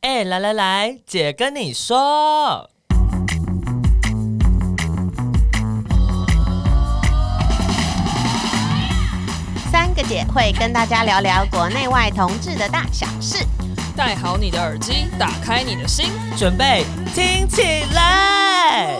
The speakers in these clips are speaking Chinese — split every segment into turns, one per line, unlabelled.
哎、来来来，姐跟你说，
三个姐会跟大家聊聊国内外同志的大小事。
戴好你的耳机，打开你的心。
准备听起来。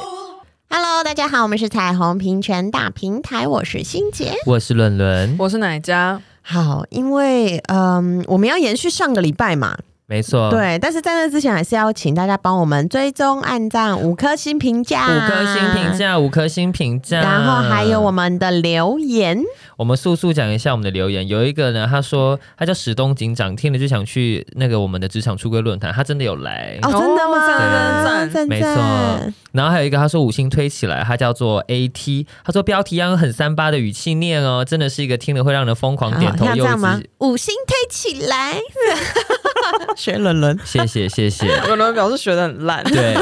Hello，大家好，我们是彩虹平权大平台，我是欣姐。
我是伦伦，
我是奶家，
好，因为嗯，我们要延续上个礼拜嘛，
没错，，
对，但是在那之前还是要请大家帮我们追踪、按赞、五颗星评价、
五颗星评。价，五颗星评价。
然后还有我，们的留言，
我们速速讲一下我们的留言。有一个呢，他说他叫史东警长，听了就想去那个我们的职场出柜论坛，他真的有来。
哦，真的吗？哦
赞赞
赞
没错
赞，
然后还有一个，他说五星推起来，他叫做 AT，他说标题要用很三八的语气念哦，真的是一个听了会让人疯狂点头
哦好要这
又一
样吗
直。？
五星推起来， 学伦伦，
谢谢谢谢，
有人表示学的很烂。
对，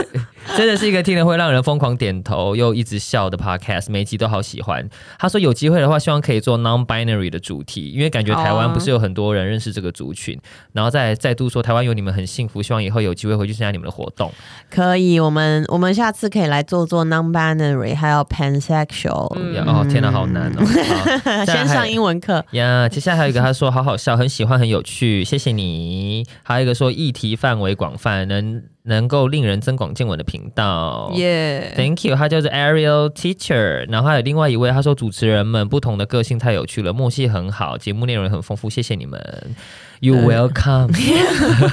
真的是一个听了会让人疯狂点头又一直笑的 podcast，每一集都好喜欢。他说有机会的话，希望可以做 non-binary 的主题，因为感觉台湾
哦
不是有很多人认识这个族群，然后再再度说台湾有你们很幸福，希望以后有机会回去参加你们的活动。
可以，我们我们下次可以来做做 non-binary，还有 pansexual。
嗯
哦，天哪，好难 哦！好再来
先
还
上英文课，
呀接下来还有一个，他说好好笑，很喜欢，很有趣，谢谢你。还有一个说议题范围广泛，能能够令人增广见闻的频道。
耶！
Thank you，他叫做 Ariel Teacher，然后还有另外一位，他说主持人们不同的个性太有趣了，默契很好，节目内容也很丰富，谢谢你们。You welcome，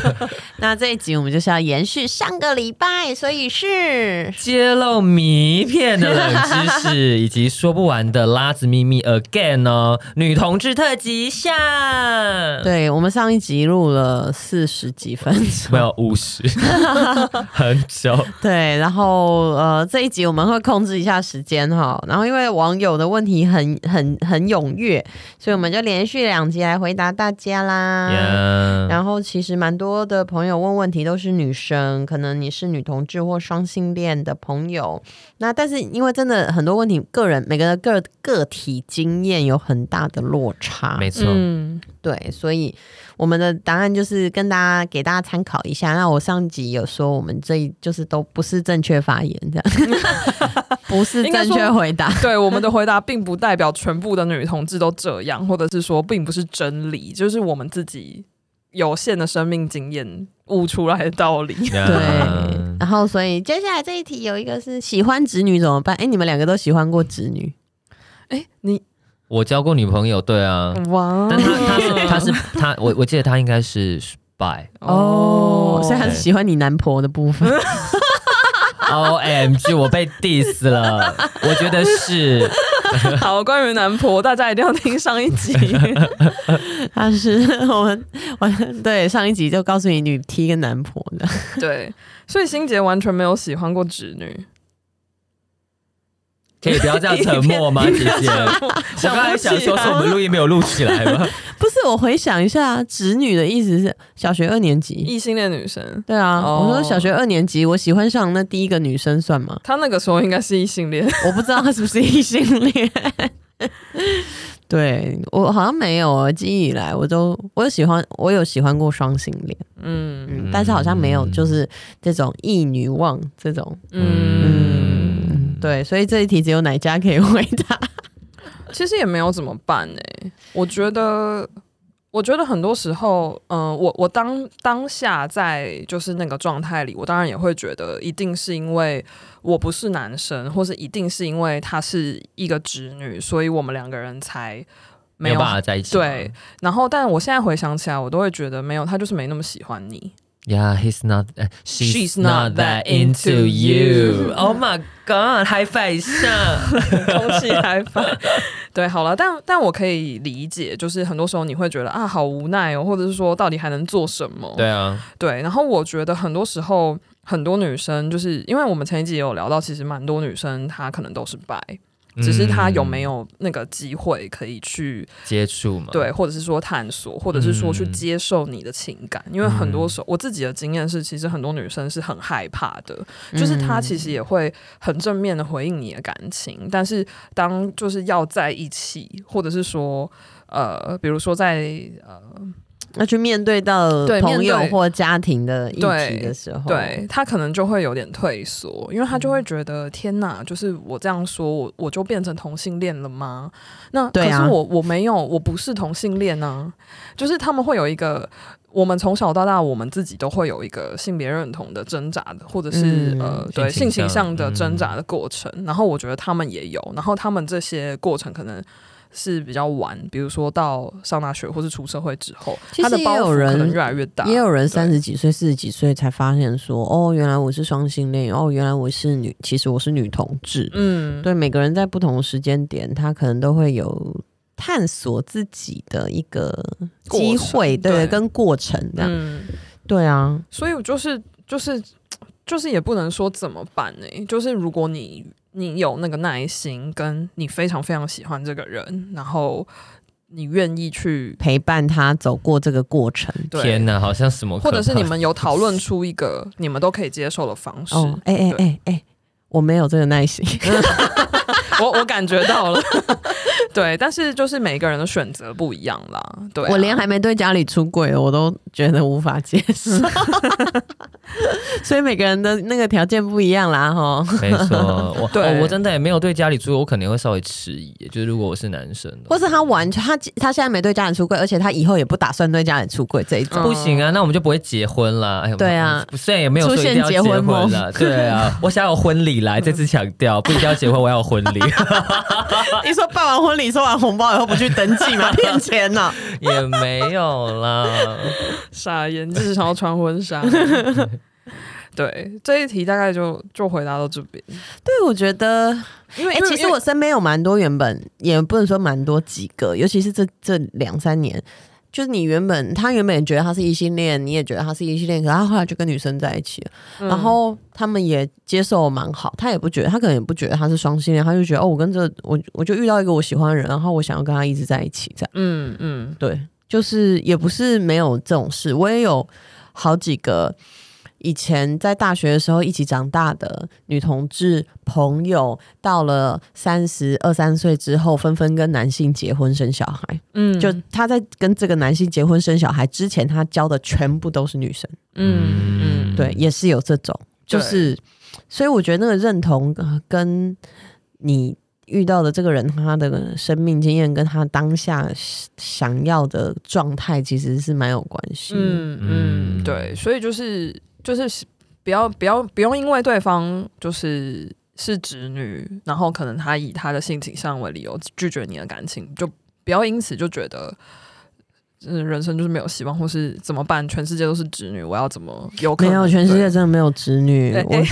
那这一集我们就是要延续上个礼拜，所以是
揭露迷片的冷知识，以及说不完的拉子秘密 again 哦，女同志特辑下，，
对我们上一集录了四十几分
没
钟，
有五十，很久，
对，然后呃这一集我们会控制一下时间哈，然后因为网友的问题很很很踊跃，所以我们就连续两集来回答大家啦。
呀，
然后其实蛮多的朋友问问题都是女生，可能你是女同志或双性恋的朋友，那但是因为真的很多问题，个人每个人个个体经验有很大的落差，
没错，
嗯，
对，所以我们的答案就是跟大家给大家参考一下。那我上集有说我们这一就是都不是正确发言，这样不是
应该
正
说
确回答。
对，我们的回答并不代表全部的女同志都这样，或者是说并不是真理，就是我们自己有限的生命经验悟出来的 道理。
呀
对，然后所以接下来这一题有一个是喜欢直女怎么办？哎，你们两个都喜欢过直女，
哎，你
我交过女朋友，对啊，
嗯
哇
但他他是他是他，我我记得他应该是 spy。
哦，所以他是
对
喜欢你男婆的部分。
O M G，我被 diss 了，我觉得是
好，关于男婆，大家一定要听上 一集。
他是我们，我对上一集就告诉你女 T 跟男婆的，
对，所以欣杰完全没有喜欢过直女。
可以不要这样沉默吗，姐姐？我
想
刚才
不
想
起
说是我
来
们录音没有录起来吗？
不是？我回想一下，直女的意思是小学二年级。
异性恋女生，
对啊，
哦？
我说小学二年级，我喜欢上那第一个女生算吗
她那个时候应该是异性恋。
我不知道她是不是异性恋。对我好像没有，我记忆以来我都我有喜欢，我有喜欢过双性恋，
嗯
嗯，但是好像没有
嗯
就是这种一女忘这种
嗯，
嗯，对，所以这一题只有哪家可以回 答？
其实也没有怎么办哎、我觉得。我觉得很多时候，嗯、我我当当下在就是那个状态里，我当然也会觉得，一定是因为我不是男生，或是一定是因为她是一个直女，所以我们两个人才
没
没
有
有
办法在一起吗。
对，然后，但我现在回想起来，我都会觉得没有，他就是没那么喜欢你。
，Yeah，he's not, 呃 she's not that into you. Oh my god，high five 一下。
空气还 反。对，好了，但但我可以理解，就是很多时候你会觉得啊，好无奈哦，或者是说到底还能做什么？
对啊，
对然后我觉得很多时候很多女生就是因为我们前一集也有聊到，其实蛮多女生她可能都是白。只是她有
嗯
没有那个机会可以去、
接触嘛？
对，或者是说探索，或者是说去
嗯
接受你的情感，因为很多时候我自己的经验是，其实很多女生是很害怕的，就是他其实也
嗯
会很正面的回应你的感情，但是当就是要在一起，或者是说呃，比如说在呃
要去面对到
对面
朋友
对
或家庭的议题
对
的时候，
对他可能就会有点退缩，因为他就会觉得、天哪，
嗯
就是我这样说，我我就变成同性恋了吗？那可
对啊
是我我没有，我不是同性恋啊。就是他们会有一个，我们从小到大，我们自己都会有一个性别认同的挣扎的，或者是、
嗯
呃，对
性
性
倾向
倾向的挣扎的过程。然后我觉得他们也有，然后他们这些过程可能。是比较晚，比如说到上大学或是出社会之后，
其
他的
实也
包
有
袱可能
人
越来越大。
也有人
对
三十几岁、四十几岁才发现说，哦，原来我是双性恋，哦，原来我是女，其实我是女同志。
嗯，
对，每个人在不同的时间点，他可能都会有探索自己的一个
过
机
程
会，对，
对
跟过程这样。
嗯，
对啊，
所以我就是就是就是也不能说怎么办呢、就是如果你你有那个耐心，跟你非常非常喜欢这个人，然后你愿意去
陪伴他走过这个过程。
对
天，哪，好像什么可怕，
或者是你们有讨论出一个你们都可以接受的方式，
哦，哎哎
对
哎哎，我没有这个耐心。
我我感觉到了， 对，但是就是每个人的选择不一样啦，对啊、
我连还没对家里出轨，我都觉得无法接 受，所以每个人的那个条件不一样啦，哈。
没错，我
对
哦我真的也没有对家里住，我可能会稍微迟疑，就是如果我是男生的话，
或是他完全他他现在没对家人出轨，而且他以后也不打算对家人出轨这一 种。
嗯
不行啊，那我们就不会结婚了。哎呀
哦对啊，
不虽然也没有说一定要结
出现结婚
婚了，对 啊，我想要有婚礼来，再次强调，不一定要结婚，我要有 婚礼
你说办完婚礼收完红包以后不去登记 吗？骗钱啊呢、
也没有 啦。
傻眼，就是想要穿婚纱。 对，这一题大概就就回答到这边，
对，我觉得，
因为、
哎、
因为
其
因
实
为
我身边有蛮多原本也不能说蛮多几个，尤其是这这两三年。就是你原本他原本也觉得他是异性恋，你也觉得他是异性恋，可是他后来就跟女生在一起了，
嗯
然后他们也接受蛮好，他也不觉得，他可能也不觉得他是双性恋，他就觉得哦，我跟这我我就遇到一个我喜欢的人，然后我想要跟他一直在一起这样。
嗯嗯
对，就是也不是没有这种事，我也有好几个以前在大学的时候一起长大的女同志朋友，到了三十二三岁之后，纷纷跟男性结婚生小孩。
嗯，
就她在跟这个男性结婚生小孩之前，她教的全部都是女生，
嗯嗯
对，也是有这种，就是，所以我觉得那个认同呃跟你。遇到的这个人，他的生命经验跟他当下想要的状态，其实是蛮有关系。嗯，
嗯
嗯
嗯，对，所以就是就是不要不要不用因为对方就是是直女，然后可能他以他的性倾向为理由拒绝你的感情，就不要因此就觉得。嗯，人生就是没有希望，或是怎么办？全世界都是直女，我要怎么有可
没
能？
有，全世界
对
真的没有直女
对。
我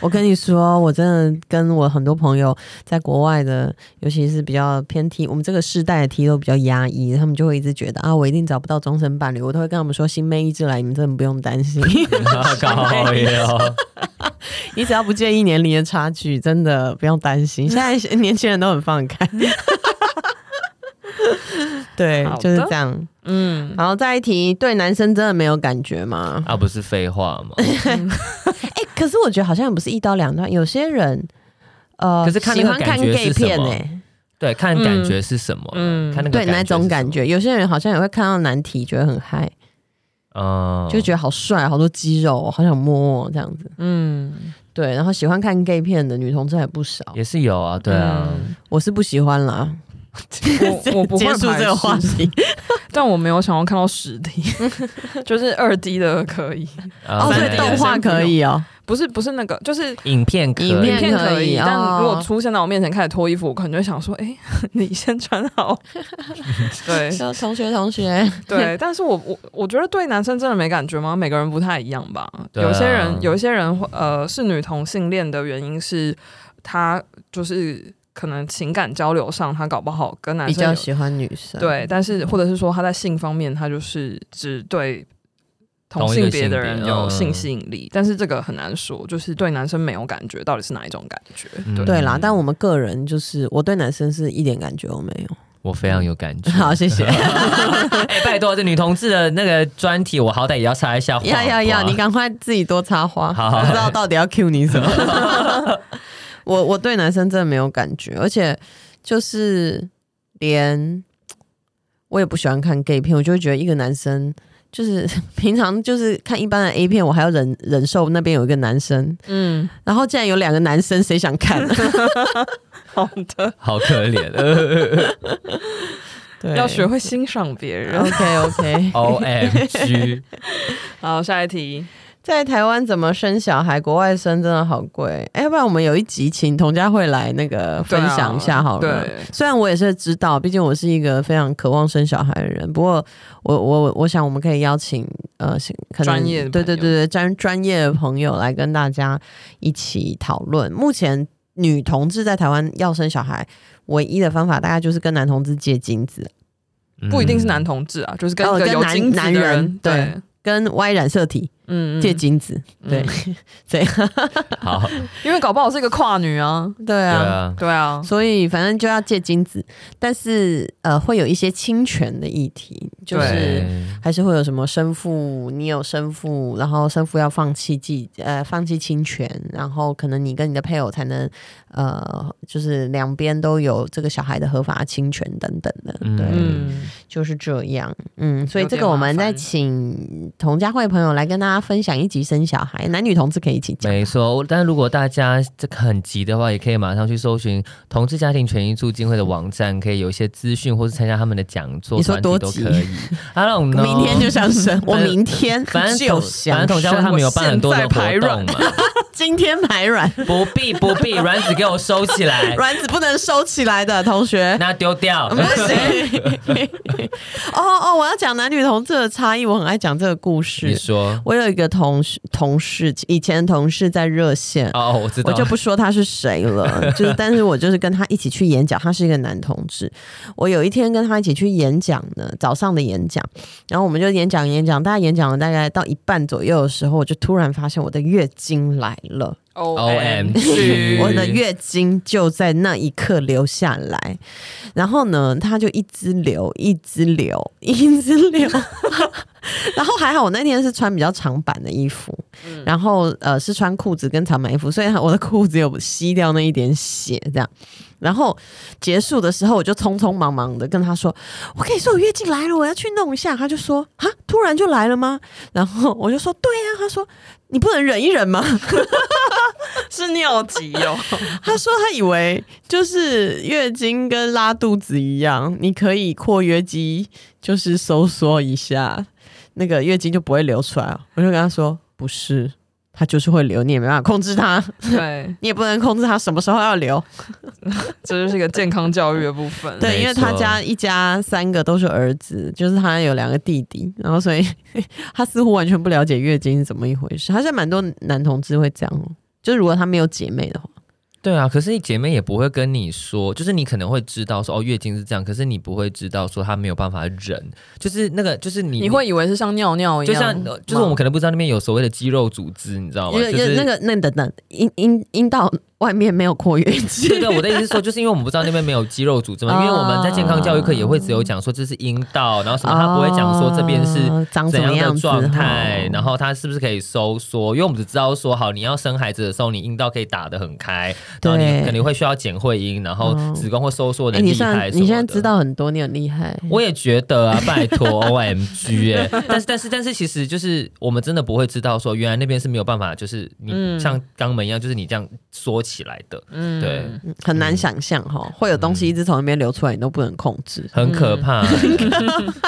我跟你说，我真的跟我很多朋友在国外的，尤其是比较偏 T，我们这个世代的 T 都比较压抑，他们就会一直觉得啊，我一定找不到终身伴侣。我都会跟他们说，新妹一直来，你们真的不用担心。
高哟，
你只要不介意年龄的差距，真的不用担 心。现在年轻人都很放开。 对
好，的
就是这样。
嗯，
然后再一题，对男生真的没有感觉吗？
啊，不是废话吗？
哎、可是我觉得好像也不是一刀两断，有些人呃，
可是看那
喜
个
欢看
感觉
gay
是什
片
么
哎、
对，看感觉是什么，
嗯
看那个
对哪种感
觉
觉？有些人好像也会看到难题，觉得很嗨，
是什么，嗯，
就觉得好帅，哦好多肌肉，好想摸哦这样子。
嗯，
对，然后喜欢看 gay 片的女同志还不少，
也是有啊，对啊，
嗯
我是不喜欢啦。
我我不会
结束这个话
排斥
题。
但我没有想要看到实体，就是二 D 的可以，
啊
哦，所
对
以动画可以哦。
不是不是那个，就是
影片可以，
影片
影片可
可以
以，但如
哦
果出现在我面前开始脱衣服，我可能就会想说：“哎、 你先穿 好。对”
说同学同学，
对但是我我我觉得对男生真的没感觉吗？每个人不太一样吧。
对啊
有些人有一些人呃是女同性恋的原因是他就是可能情感交流上他搞不好跟男
比
生
较
有
喜欢女生。
对，但是或者是说他在性方面他就是只对。同性别的人
同一个性别
有
嗯
性吸引力，但是这个很难说，就是对男生没有感觉，到底是哪一种感觉？
嗯
对，
对啦，但我们个人就是我对男生是一点感觉都没有。
我非常有感觉。
好，谢谢。
哎、拜托，这女同志的那个专题，我好歹也要插一下话。
要要要，你赶快自己多插花，
好好
不知道到底要 cue 你什么。 我我对男生真的没有感觉，而且就是连我也不喜欢看 gay 片，我就会觉得一个男生就是 平常就是看一般的 A 片，我还要忍忍受那边有一个男生，
嗯，
然后竟然有两个男生，谁想看、 啊？
好的，
好可怜。呃
对，
要学会欣赏别人。
OK OK，
O M G，
好，下一题，
在台湾怎么生小孩？国外生真的好贵。哎，要不然我们有一集请童佳慧来那个分享一下好了。
对啊对
虽然我也是知道，毕竟我是一个非常渴望生小孩的人。不过我，我我我想我们可以邀请呃，可能
专业的
对对
朋
对对专专业的朋友来跟大家一起讨论。目前女同志在台湾要生小孩，唯一的方法大概就是跟男同志借精子，
不一定是男同志啊，就是跟
哦
一个
跟
有
男
精子的
男人对
对，
跟 Y 染色体
嗯，嗯嗯
借精子。 对，这样
嗯好，
因为搞不好是一个跨女啊，
对
对
啊。
啊，
对啊，
所以反正就要借精子，但是呃，会有一些侵权的议题，就是
对
对，
还是会有什么生父，你有生父，然后生父要放弃继呃放弃侵权，然后可能你跟你的配偶才能呃，就是两边都有这个小孩的合法侵权等等的，
嗯
对，
嗯，
就是这样，嗯，所以
有
这
点
个我们
麻
再
烦
请同家会朋友来跟大家分享一集生小孩，男女同志可以一起讲，
没错。但如果大家这个很急的话，也可以马上去搜寻同志家庭权益促进会的网站，可以有一些资讯，或是参加他们的讲座，
你说
团体
多
都
急
可以。I don't know，
啊明天就想 生，我
反正
明天
反正
就
同
想
反正同家会他们有办很多的
我现在排
活动
卵
嘛，
今天排卵。
不必不必，卵子给我收起 来，
卵子不能收起来的，同学。
那丢掉
不。行。哦哦，我要讲男女同志的差异，我很爱讲这个故
你
事。
说
我有一个同事，同事以前的同事在热线。
哦，我知
我
道，
就不说他是谁 了，就是，但是我就是跟他一起去演讲，他是一个男同志。我有一天跟他一起去演讲呢，早上的演讲，然后我们就演讲演讲，大家演讲了大概到一半左右的时候，我就突然发现我的月经来了，
O
OMG
我的月经就在那一刻流下来，然后呢，它就一直流，一直流，一直流。 然后还好，我那天是穿比较长版的衣服，然后呃是穿裤子跟长版衣服，所以我的裤子有吸掉那一点血，这样。然后结束的时候，我就匆匆忙忙的跟他说：“我跟你说，我月经来了，我要去弄一下。”他就说：“啊，突然就来了吗？”然后我就说：“对呀、他说：“你不能忍一忍吗？”
是尿急哦，
他说他以为就是月经跟拉肚子一样，你可以括约肌就是收缩一下，那个月经就不会流出来哦。我就跟他说不是，它就是会流，你也没办法控制它，
对，
你也不能控制它什么时候要流。
这就是一个健康教育的部分。
对，因为
没错
他家一家三个都是儿子，就是他有两个弟弟，然后所以 他似乎完全不了解月经是怎么一回事。好像蛮多男同志会这样哦，就是如果他没有姐妹的话，
对啊，可是你姐妹也不会跟你说，就是你可能会知道说哦，月经是这样，可是你不会知道说她没有办法忍，就是那个就是你
你会以为是像尿尿一
就
样，
像呃就是我们可能不知道那边有所谓的肌肉组织，你知道吗？
因为
就
因为
是
那个那等等阴阴阴道外面没有括约肌，
对对，我的意思是说，就是因为我们不知道那边没有肌肉组织嘛，因为我们在健康教育课也会只有讲说这是阴道，然后什么，他不会讲说这边是
哦长
怎
怎么
样
样
的状态，然
后
后它是不是可以收缩？因为我们只知道说，好，你要生孩子的时候，你阴道可以打得很开，然后
对
你肯定会需要剪会阴，然后
嗯
子宫会收缩的
哎，你
厉
现在
害什么的。
你现在知道很多，你很厉害。
我也觉得啊，拜 托 O M G 哎、但是但是但是，其实就是我们真的不会知道说，原来那边是没有办法，就是你
嗯
像肛门一样，就是你这样缩起来的，
嗯
对，
嗯很难想象哈，会有东西一直从那边流出来，你都不能控制。
嗯很可怕、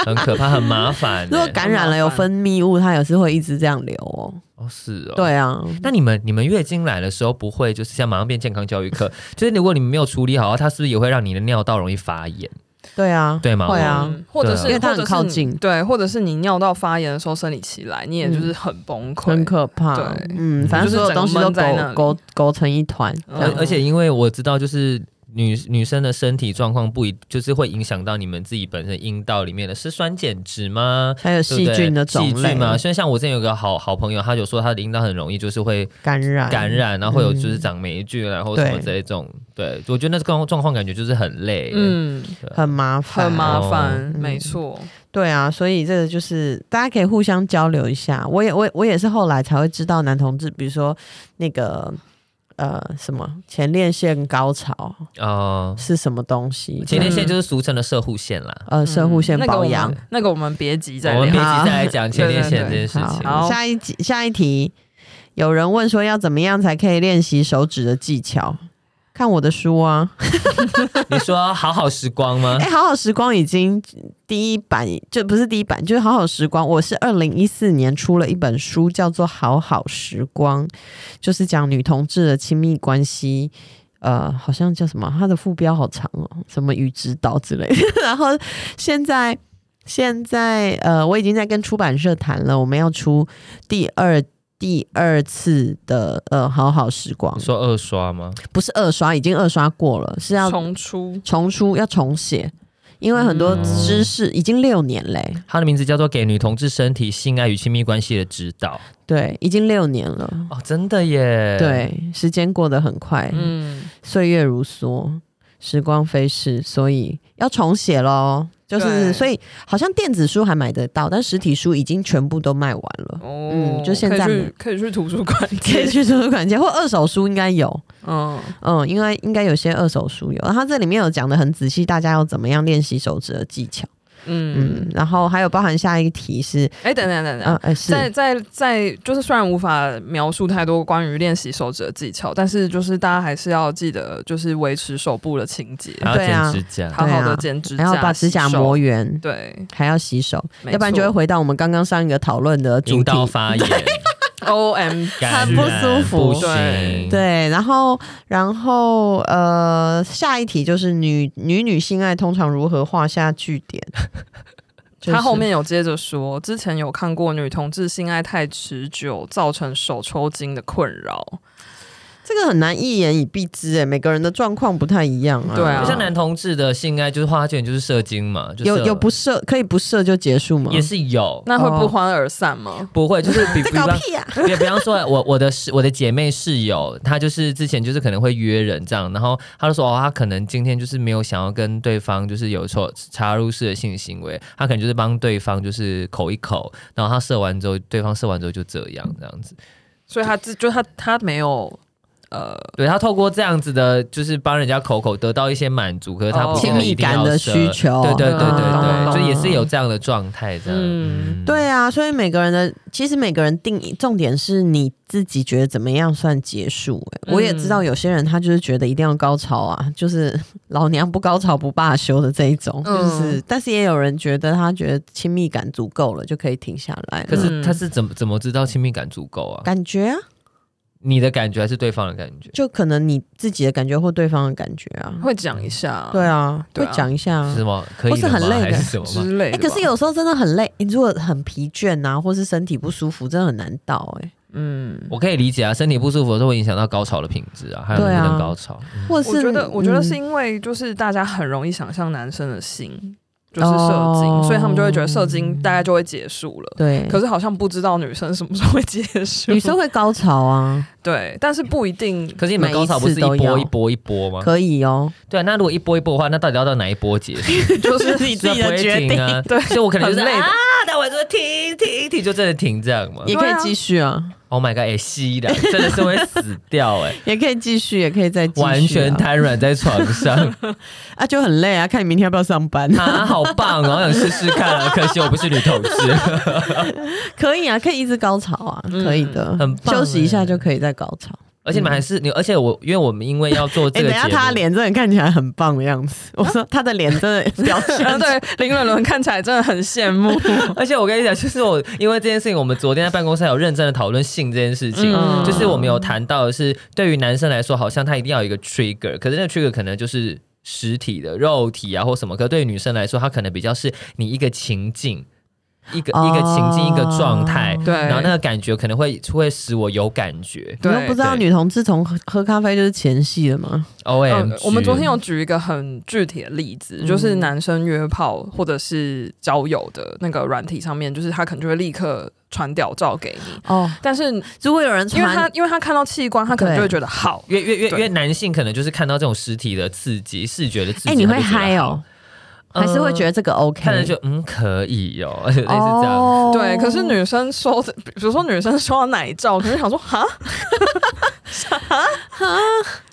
很可怕，很麻烦、
嗯如果
欸。
感染了有分泌物，它也是会一直这样流哦。
哦，是哦，。
对啊，
那你们你们月经来的时候不会就是像马上变健康教育课，就是如果你们没有处理好，它是不是也会让你的尿道容易发炎？
对啊，
对吗
会啊
嗯，，或者
对啊
是
因为它很
或者是
靠近
你对，或者是你尿道发炎的时候生理期来，你也就是很崩溃，
很可怕
对。
嗯，反正
就是
所有东西
整个
都
闷在那
勾
里
勾勾成一团，这
而
样
嗯
而且因为我知道，就是女女生的身体状况不一，就是会影响到你们自己本身阴道里面的是酸碱值吗？
还有
对不
细
对
菌的种
细
类
菌嘛，所以像我之前有个好好朋友，他就说他的阴道很容易就是会
感染
感染，然后会有就是长霉菌，啊然后什么
对
之类这种。对，我觉得那状状况感觉就是很累。嗯，
嗯，
很麻烦，
很麻
哦
烦，
嗯
没错，
对啊，所以这个就是大家可以互相交流一下。我也我也我也是后来才会知道男同志，比如说那个呃什么前列腺高潮
哦，
是什么东西？
前列腺就是嗯俗称的射护线啦。
呃射护腺保养。
嗯那个我们那个我们别急再
我们别
聊。
急再来讲前列腺
对对对
这件事情。
好
下一集下一题，有人问说要怎么样才可以练习手指的技巧？看我的书啊，
你说好好时光吗
哎、？好好时光已经第一版，就不是第一版，就是好好时光。我是二零一四年出了一本书，叫做《好好时光》，就是讲女同志的亲密关系。呃，好像叫什么，它的副标好长哦，什么与指导之类的。 然后现在现在呃，我已经在跟出版社谈了，我们要出第二第二次的呃好好时光
你，说二刷吗？
不是二刷，已经二刷过了，是要
重出
重出要重写，因为很多知识、已经六年嘞、
它的名字叫做《给女同志身体性爱与亲密关系的指导》
对，已经六年了，
哦，真的耶！，
对，时间过得很快，
嗯，
岁月如梭，时光飞逝，所以要重写喽。就是，
对
所以好像电子书还买得到，但实体书已经全部都卖完了，
哦，
嗯就现在
可以去可以去图书馆
可以
借，
去图书馆借，或二手书应该有，
嗯，
嗯，应该应该有些二手书有。然后它这里面有讲的很仔细，大家要怎么样练习手指的技巧，嗯
嗯，，
然后还有包含下一个题是，
哎、等等等等，
呃，呃是
在在在，就是虽然无法描述太多关于练习手指的技巧，但是就是大家还是要记得，就是维持手部的清洁，
还
对啊
要剪指甲。
好好
对啊
的剪指甲，
然后把指甲
洗手
磨，圆，
对，
还要洗手，
没
要不然就会
错
回到我们刚刚上一个讨论的主
引
题。
导发炎，
O M，
感
很不
染
舒服
不行。
对
对，然后，然后，呃，下一题就是女女女性爱通常如何画下句 点？就是
他后面有接着说，之前有看过女同志性爱太持久，造成手抽筋的困扰，
这个很难一言以蔽之，哎，每个人的状况不太一样啊。
对啊
像男同志的性爱，就是花卷，就是射精嘛，就
有
射
有不射可以不射就结束吗？
也是有，
那会不
哦
欢而散吗？
不会，就是 比比
搞
方
屁呀、啊！
也比方说我，我的室我的姐妹室友，她就是之前就是可能会约人这样，然后她就说哦，她可能今天就是没有想要跟对方就是有说插入式的性行为，她可能就是帮对方就是口一口，然后她射完之后，对方射完之后就这样这样子，
所以他自就他他没有，呃，
对她透过这样子的，就是帮人家口口得到一些满足，可是她不
哦
见得一定要
亲密感的
射
需求
对对对对
嗯懂
对，
懂
就也是有这样的状态这样，
嗯
嗯，
对啊，所以每个人的其实每个人定义重点是你自己觉得怎么样算结束、欸。
嗯
我也知道有些人他就是觉得一定要高潮啊，就是老娘不高潮不罢休的这一种，就是。
嗯
但是也有人觉得他觉得亲密感足够了就可以停下来了，
可是
嗯
她是怎么怎么知道亲密感足够啊？
感觉啊，
你的感觉还是对方的感觉？
就可能你自己的感觉或对方的感觉啊，
会讲一下，
对啊，
嗯对
会
啊
讲一下、
是
啊
什。么？可以
或是
了吗
很累的
还是什么吗？
之类
哎、
的吧、
可是有时候真的很累，欸你如果很疲倦呐、啊，或是身体不舒服，真的很难到哎、
嗯，
我可以理解啊，身体不舒服的时候会影响到高潮的品质啊，还有能
对啊
不能高潮。嗯
或是
我觉得，我觉得是
嗯
因为就是大家很容易想象男生的性就是射精，
哦嗯
所以他们就会觉得射精大概就会结束了。
对，
可是好像不知道女生什么时候会结 束，
女生会高潮啊。
对，但是不一定。
可是你们高潮不是一
每一次都要
波一波一波吗？
可以哦，
对啊，那如果一波一波的话，那到底要到哪一波结束？就是
你自己的决定
啊。
对
所以我可能就是
很累的
啊，但我就停停停，就真的停这样嘛。
也可以继续啊，
Oh my god，哎、吸的，真的是会死掉哎、
也可以继续，也可以 再继续啊、
完全瘫软在床上
啊，就很累啊，看你明天要不要上班。
啊，好棒哦！我想试试看啊，可惜我不是女同志。
可以啊，可以一直高潮啊，
嗯
可以的，
很棒
休息一下就可以再高潮。
而且你们还是你，而且我因为我们因为要做
哎、
这个
等
节
一
目，
下，他脸真的看起来很棒的样子。我说他的脸真的表
啊，
现
对，林伦伦看起来真的很羡慕。
而且我跟你讲，就是我因为这件事情，我们昨天在办公室还有认真的讨论性这件事情，
嗯
就是我们有谈到的是，对于男生来说，好像他一定要有一个 trigger，可是那个 trigger 可能就是实体的肉体啊或什么，可对于女生来说，她可能比较是你一个情境。一个
哦
一个情境，一个状态，
对
然后那个感觉可能会会使我有感觉。
你又不知道
对
女同志从喝喝咖啡就是前戏了吗？
O
嗯
M，
我们昨天有举一个很具体的例子，就是男生约炮或者是交友的那个软体上面，就是他可能就会立刻传屌照给你，
哦，
但是
如果有人
因为他
传，
因为他看到器官，他可能就会觉得好，
越越越
对
越男性可能就是看到这种实体的刺激、视觉的刺激，
哎、你会
他就觉得
嗨哦，
好，
还是会觉
得
得这个 OK？
看着就嗯可以哦， 类似这样。
哦
对，可是女生收的，比如说女生收到奶罩，可能想说哈，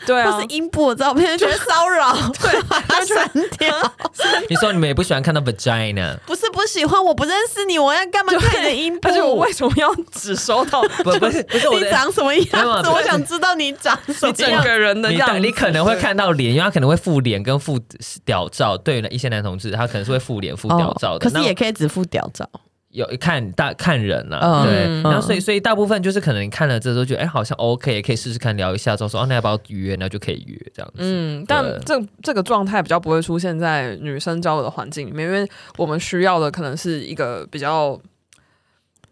对啊
或是，阴部的照片，觉得骚 扰，对，把它删掉。
你说你们也不喜欢看到 vagina，
啊不是不喜欢，我不认识你，我要干嘛看你的阴部？
而且我为什么要只收到
不不是不是我
你
的。
长什么样
没有啊
子？
不是
我想知道你长什
你
么
整
样。
个人的
你
样子？
当你可能会看到脸，因为他可能会附脸跟附屌照。对一些男同志，他可能是会附脸附屌照的。
哦可是
那
也可以只附屌照，
有看大看人了、
嗯
对。
嗯
然后所以所以大部分就是可能你看了之后就觉得，哎、好像 OK，也可以试试看聊一下，之后说哦，那要不要约？那就可以约这样子。
嗯，但
对
这这个状态比较不会出现在女生交友的环境里面，因为我们需要的可能是一个比较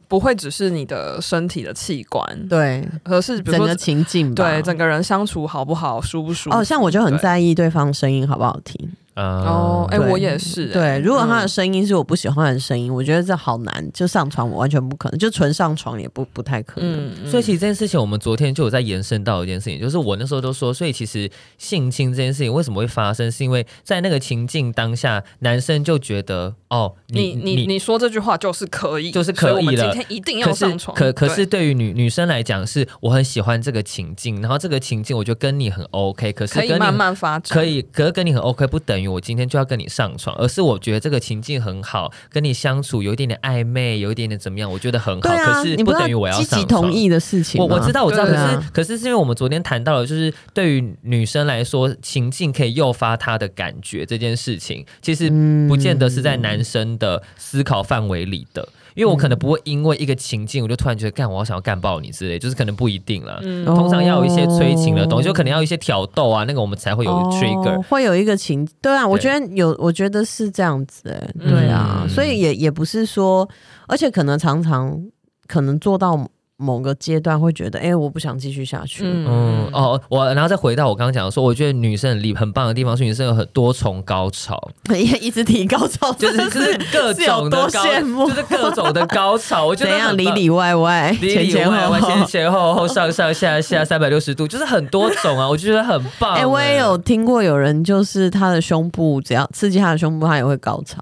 不会只是你的身体的器官，
对，
而是比如
整个
说
情境吧。
对整个人相处好不好、舒不舒服。
哦，像我就很
对
在意对方声音好不好听。
嗯
哦，哎、
对
我也是、哎
对，如果他的
嗯
声音是我不喜欢的声音，我觉得这好难，就上床我完全不可能，就纯上床也不不太可能。
嗯，嗯
所以其实这件事情，我们昨天就有在延伸到一件事情，就是我那时候都说，所以其实性侵这件事情为什么会发生，是因为在那个情境当下，男生就觉得哦，
你
你
你你说这句话就是可以，
就是可以
所我们
了
今天一定要
可
上
是
床，
可可
对
是对于女女生来讲，是我很喜欢这个情境，然后这个情境我觉得跟你很 OK，可是
可
跟
以
你
慢慢发展，
可以，可是跟你很 OK，不等于我今天就要跟你上床，而是我觉得这个情境很好，跟你相处有一点点暧昧，有一点点怎么样，我觉得很好，
对啊，
可是
你
不
知道
等于我要
积
上
极
床。
同意的事情
我
吗，
我知道，我知道，可
对
啊
是可是是因为我们昨天谈到了，就是对于女生来说，情境可以诱发她的感觉这件事情，其实
嗯
不见得是在男生的思考范围里的。因为我可能不会因为一个情境，我就突然觉得干，我好想要干爆你之类，就是可能不一定了。
嗯
哦
通常要有一些催情的东西，就可能要有一些挑逗啊，那个我们才会有
哦
trigger。
会有一个情，对啊，我
对
觉得有，我觉得是这样子、欸，对啊，
嗯
所以也也不是说，而且可能常常可能做到某个阶段会觉得，哎、我不想继续下去了，
嗯，哦，我然后再回到我刚刚讲的说，我觉得女生很厉很棒的地方是女生有很多重高潮，
也一直提高潮，
就是
真的
就是各
是有
种的
多
高，
羡慕
就是各种的高潮，我觉
怎
得
样
很
里
棒
里外外、
里
前
里
前
外
后
外前
后。
前后后上上下下三百六十度，就是很多种啊，我就觉得很棒、
哎、我也有听过有人，就是他的胸部只要刺激他的胸部，他也会高 潮。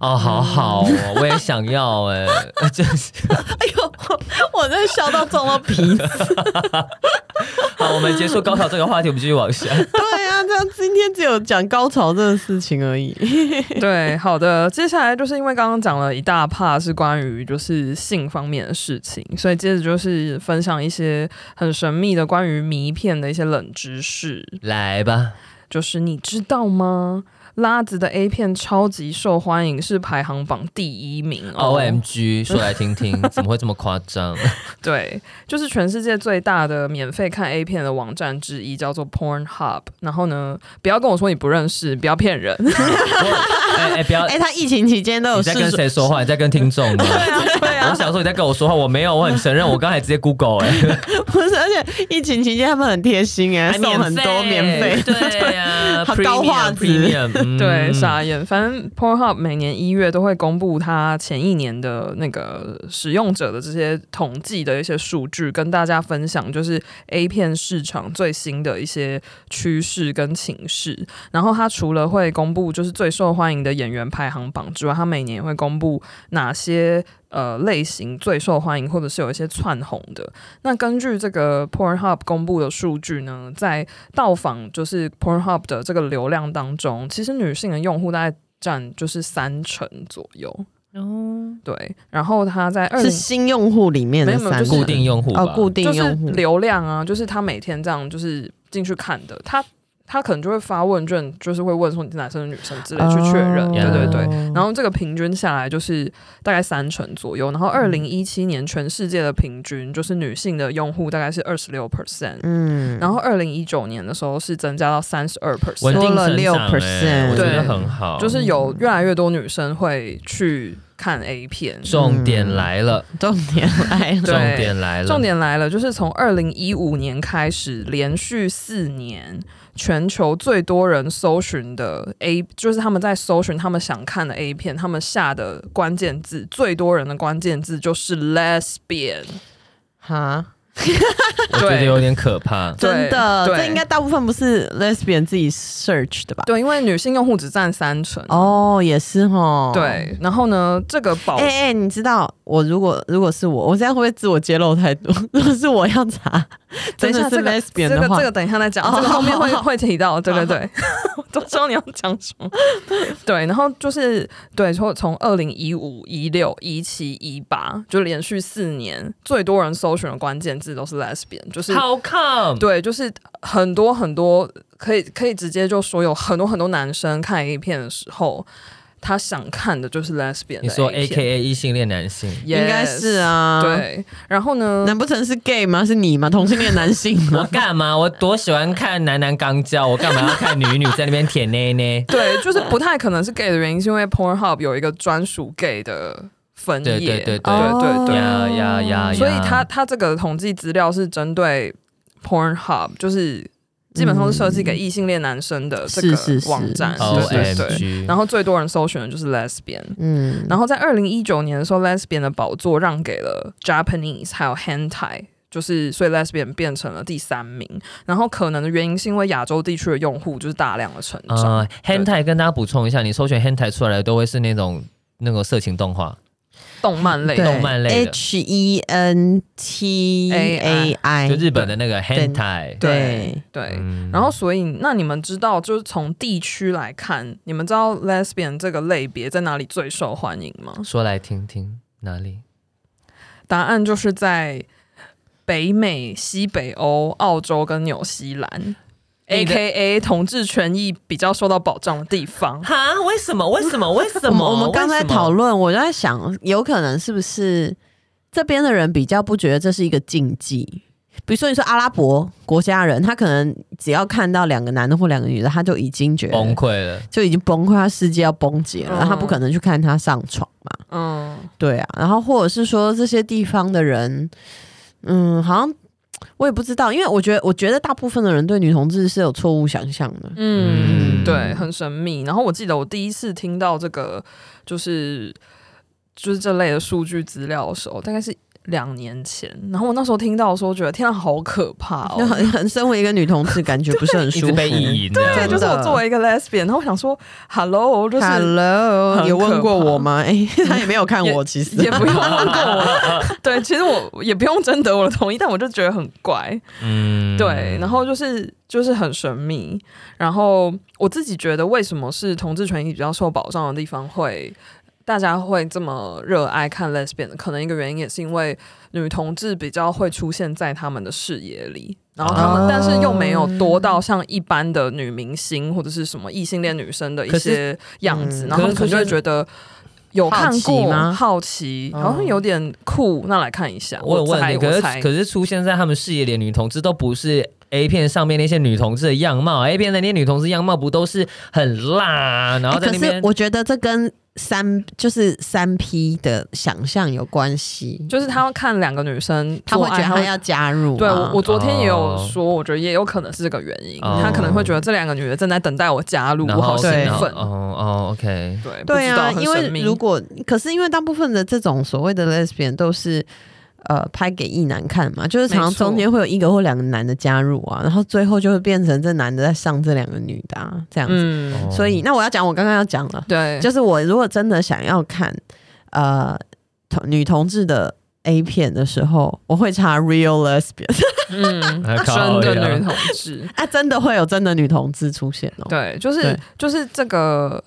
哦，
嗯
好好哦，我也想要哎、就是
哎呦，我我真的笑到撞到皮。
好，我们结束高潮这个话题，我们继续往下。
对啊，这样今天只有讲高潮这个事情 而已。
对，好的。接下来就是因为刚刚讲了一大趴是关于就是性方面的事情，所以接着就是分享一些很神秘的关于迷片的一些冷知识。
来吧，
就是你知道吗？拉子的 A 片超级受欢迎，是排行榜第一名哦。
O M G，说来听听，怎么会这么夸张？
对，就是全世界最大的免费看 A 片的网站之一，叫做 Pornhub。然后呢，不要跟我说你不认识，不要骗人。
我哎哎，不要
哎、，他疫情期间都有
你在跟
试水
谁说话？你在跟听众吗？
啊
我想说你在跟我说话，我没有，我很承认，我刚才直接 Google 哎、
不是，而且疫情期间他们很贴心哎、
还
送很多免费。
对 呀、
好高画质
premium，嗯
对，傻眼。反正 Pornhub 每年一月都会公布它前一年的那个使用者的这些统计的一些数据，跟大家分享，就是 A 片市场最新的一些趋势跟情势。然后它除了会公布就是最受欢迎的演员排行榜之外，它每年也会公布哪些。呃，类型最受欢迎，或者是有一些窜红的。那根据这个 Pornhub 公布的数据呢，在到访就是 Pornhub 的这个流量当中，其实女性的用户大概占就是三成左右。哦，对，然后它在二
是
零
新用户里面的
没有没
三
有
个
就是
固定用户吧，
哦，固定
就是
用户。
流量啊，就是她每天这样就是进去看的，她她可能就会发问卷，就是会问说你是男生还是女生之类去确认，
哦
对对对。然
后
后这个平均下来就是大概三成左右，然
嗯
后二零一七年全世界的平均就是女性的用户大概是二十六 percent，
嗯
然后二零一九年的时候是增加到三十二
稳
percent，
定
多
成
了
长哎
6%
我觉得
对
很好。
就是有越来越多女生会去看 A 片。
重点来了，
重点来了，
重
对
点来了，
重点来了，就是从二零一五年开始，连续四年全球最多人搜寻的 A，就是他们在搜寻他们想看的 A 片，他们下的关键字最多人的关键字就是 lesbian。
哈，
我觉得
对
有点可怕。
对
真的，
对
这应该大部分不是 lesbian 自己 search 的吧？
对，因为女性用户只占三成。
哦，也是哈，。
对，然后呢，这个保
哎、哎、 你知道我如果如果是我，我这样会不会自我揭露太多？如果是我要查真
等一
的
下，
是
这个
lesbian
这
的
个
话哦
这，个等一下再讲，这个后面会会提到，对对对， 我都知道你要讲什么。对，然后就是对，从从二零一五、一六、一七、一八，就连续四年，最多人搜寻的关键字都是 lesbian，就是
好 come？
对，就是很多很多可以可以直接就说有很多很多男生看 A 片的时候，他想看的就是 lesbian 的
你说 A
A
K A 异性恋男性，
应该是。啊，。
对，然后呢？？
难不成是 gay 吗？是你吗？同性恋男性
我
吗？
干嘛？我多喜欢看男男刚交，我干嘛要看女女在那边舔内内
对，就是不太可能是 gay 的原因，是因为 Pornhub 有一个专属 gay 的分
对
页，
对对对
对对
呀呀呀！
所以
呀
他他这个统计资料是针对 Pornhub，就是基本上是设计给异性恋男生的这
是
个
是是
网站，
哦 O
对对
M
对。
G，
然后最多人搜寻的就是 lesbian，
嗯，
然后在二零一九年的时候，lesbian 的宝座让给了 Japanese 还有 hentai，就是所以 lesbian 变成了第三名。然后可能的原因是因为亚洲地区的用户就是大量的成长，
啊，hentai 跟大家补充一下，你搜寻 hentai 出来的都会是那种那个色情动画，
动漫类
对
动漫类的
，H E N T A I，
就日本的那个 hentai。
哎对
对。
嗯
然后，所以那你们知道，就是从地区来看，你们知道 lesbian 这个类别在哪里最受欢迎吗？
说来听听哪里？
答案就是在北美、西北欧、澳洲跟纽西兰，A
你的
K A 同志权益比较受到保障的地方。
哈？为什么？为什么？为什
我们
么？
我们刚才讨
论
论，我就在想，有可能是不是这边的人比较不觉得这是一个禁忌？比如说，你说阿拉伯国家人，他可能只要看到两个男的或两个女的，他就已经觉
崩
得
溃了。
就已经崩溃，他世界要崩解了，
嗯
他不可能去看他上床嘛。
嗯，
对啊，然后或者是说这些地方的人，嗯，好像我也不知道，因为我觉得我觉得大部分的人对女同志是有错误想象的。
嗯
嗯，
对，很神秘。然后我记得我第一次听到这个，就是就是这类的数据资料的时候，大概是两年前。然后我那时候听到的时候，觉得天啊，好可怕
就
哦！
很很身为一个女同志，感觉不是很
一
舒
直
服。
被意淫，对
对，就是我作为一个 lesbian，然后我想说，hello，就是很
Hello，
可
有问过我吗？ 哎、他也没有看
也
我，其实
也不用问过我， 对，其实我也不用征得我的同意，但我就觉得很怪，
嗯
对，然后就是就是很神秘，然后我自己觉得为什么是同志权益比较受保障的地方会。大家会这么热爱看 lesbian，可能一个原因也是因为女同志比较会出现在他们的视野里，然后他们、
哦
但是又没有多到像一般的女明星或者是什么异性恋女生的一
可是
些样子，
嗯
然后他们
可
可能
是
就会
出现
觉得有看
好奇
过
吗
好奇，
哦
好像有点酷，那来看一下。
我有问
猜
你，
我
可是
猜
可是出现在他们视野里的女同志都不是 A 片上面那些女同志的样貌，A 啊片的那些女同志样貌不都是很辣啊，然后在
哎
那
可是
边
我觉得这跟三就是三 P 的想象有关系，
就是他要看两个女生
他
做
会
爱，
觉得他
会
要加入嘛。
对我，我昨天也有
哦
说，我觉得也有可能是这个原因，
哦
他可能会觉得这两个女的正在等待我加入，
然
我好
后
兴
对
然后
奋。
哦哦，OK，
对，不
对
知道
啊，
很
因为
神秘
如果可是因为大部分的这种所谓的 lesbian 都是。呃，拍给异男看嘛，就是常常
没错
中间会有一个或两个男的加入啊，然后最后就会变成这男的在上这两个女的、啊、这样子。
嗯，
哦
所以，那我要讲我刚刚要讲了，
对，
就是我如果真的想要看呃同女同志的 A 片的时候，我会查 real lesbian
嗯，
还靠
真的
呀
女同志，
啊，真的会有真的女同志出现哦。
对，就是
对
就是这个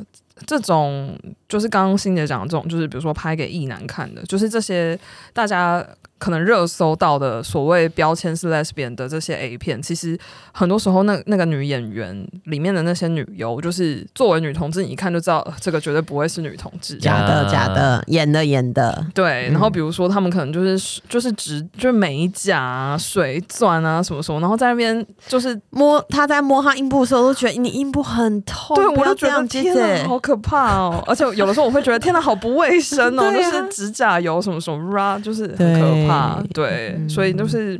这种，就是刚刚欣姐讲的这种，就是比如说拍给异男看的，就是这些大家可能热搜到的所谓标签是 lesbian 的这些 A 片，其实很多时候那那个女演员里面的那些女优，就是作为女同志，你一看就知道、呃这个绝对不会是女同志。
假的，嗯
呀
假的，演的，演的，
对，然后比如说他们可能就是就是植就是美甲啊、水钻啊什么什么，然后在那边就是
摸他在摸他阴部的时候，都觉得你阴部很痛，
对，
不
我
要
就
这
觉得
样，啊姐
天哪，
姐。
好可怕哦！而且有的时候我会觉得天哪，好不卫生哦，就
对啊
是指甲油什么什么啦，就是很可怕。对，
嗯
所以就是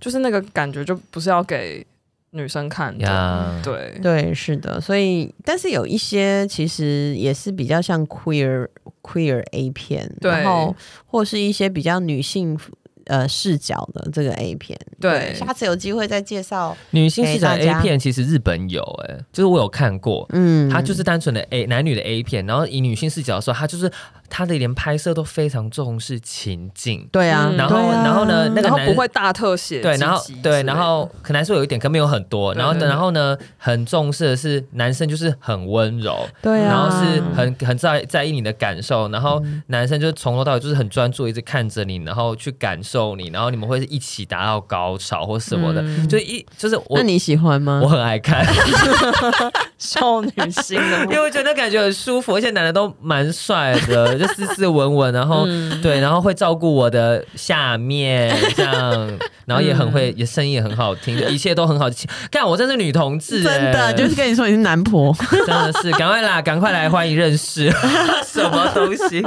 就是那个感觉就不是要给女生看的。
呀，
对，
对，是的，所以但是有一些其实也是比较像 queer queer A 片，
对
然后或是一些比较女性呃视角的这个 A 片，
对
下次有机会再介绍，
女性市场
给大家
A 片其实日本有，哎，就是我有看过，
嗯，
它就是单纯的 A 男女的 A 片，然后以女性视角的时候，它就是他的连拍摄都非常重视情境。
对啊，
嗯
然后
对啊
然后呢那个
然后
男
不会大特写
对，然后
几集之类
对，
的
然后可能还是有一点，可没有很多。
对
然后
对对
然后呢，很重视的是男生就是很温柔，
对啊，
然后是很很在在意你的感受，然后男生就是从头到尾就是很专注，一直看着你，然后去感受你，然后你们会一起达到高潮或什么的，
嗯
就一就是我
那你喜欢吗
我？很爱看，
少女心 的
因为我觉得感觉很舒服，而且男的都蛮帅的， 就斯斯文文，然后、
嗯
对，然后会照顾我的下面这样，然后也很
嗯
会，也声音也很好听，一切都很好。看我真是女同志、
真的
哎
就是跟你说你是男婆，
真的是，赶快啦，赶快来欢迎认识 什么东 西。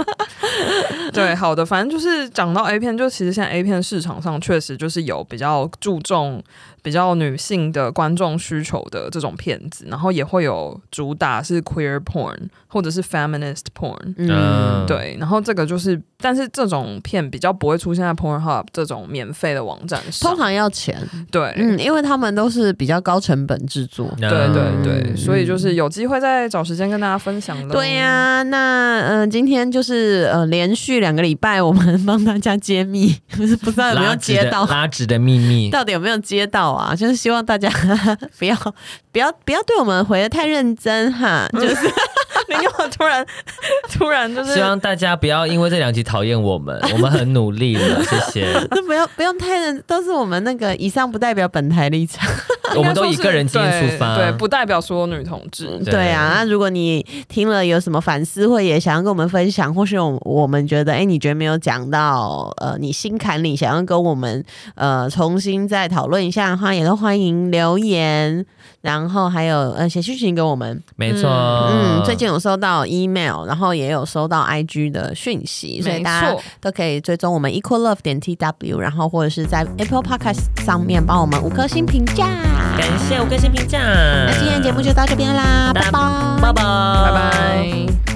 对，好的，反正就是讲到 A 片，就其实现在 A 片市场上确实就是有比较注重比较女性的观众需求的这种片子，然后也会有主打是 queer porn 或者是 feminist porn。
嗯
嗯，
对，然后这个就是，但是这种片比较不会出现在 Pornhub 这种免费的网站上
通。常要钱，
对，
嗯，因为他们都是比较高成本制作。
对对对，
嗯
所以就是有机会再找时间跟大家分享的。
对呀、、那嗯、呃今天就是呃，连续两个礼拜我们帮大家揭秘， 不是不知道有没有
拉直的
接到，
拉直的秘密。
到底有没有接到啊？就是希望大家不要 不要不要对我们回的太认真哈，就是
你干嘛突然突然就是
嗯希望大家不要因为这两集讨厌我们，我们很努力了，谢谢。
都不要不用太认，都是我们那个以上不代表本台立场。
我们都以个人经验出发，
对，对不代表所有女同志。
对
对啊，那如果你听了有什么反思，或也想要跟我们分享，或是有我们觉得，哎，你觉得没有讲到，呃，你心坎里想要跟我们呃重新再讨论一下的话，也都欢迎留言，然后还有呃写讯息给我们。
没错。
嗯，最近有收到 email，然后也有收到 IG 的讯息，嗯所以
没
大家
错，
都可以追踪我们 equal love 点 tw，然后或者是在 Apple Podcast 上面帮我们五颗星评价。
感谢五颗星评价。
嗯那今天的节目就到这边啦，拜拜。
拜拜，
拜拜。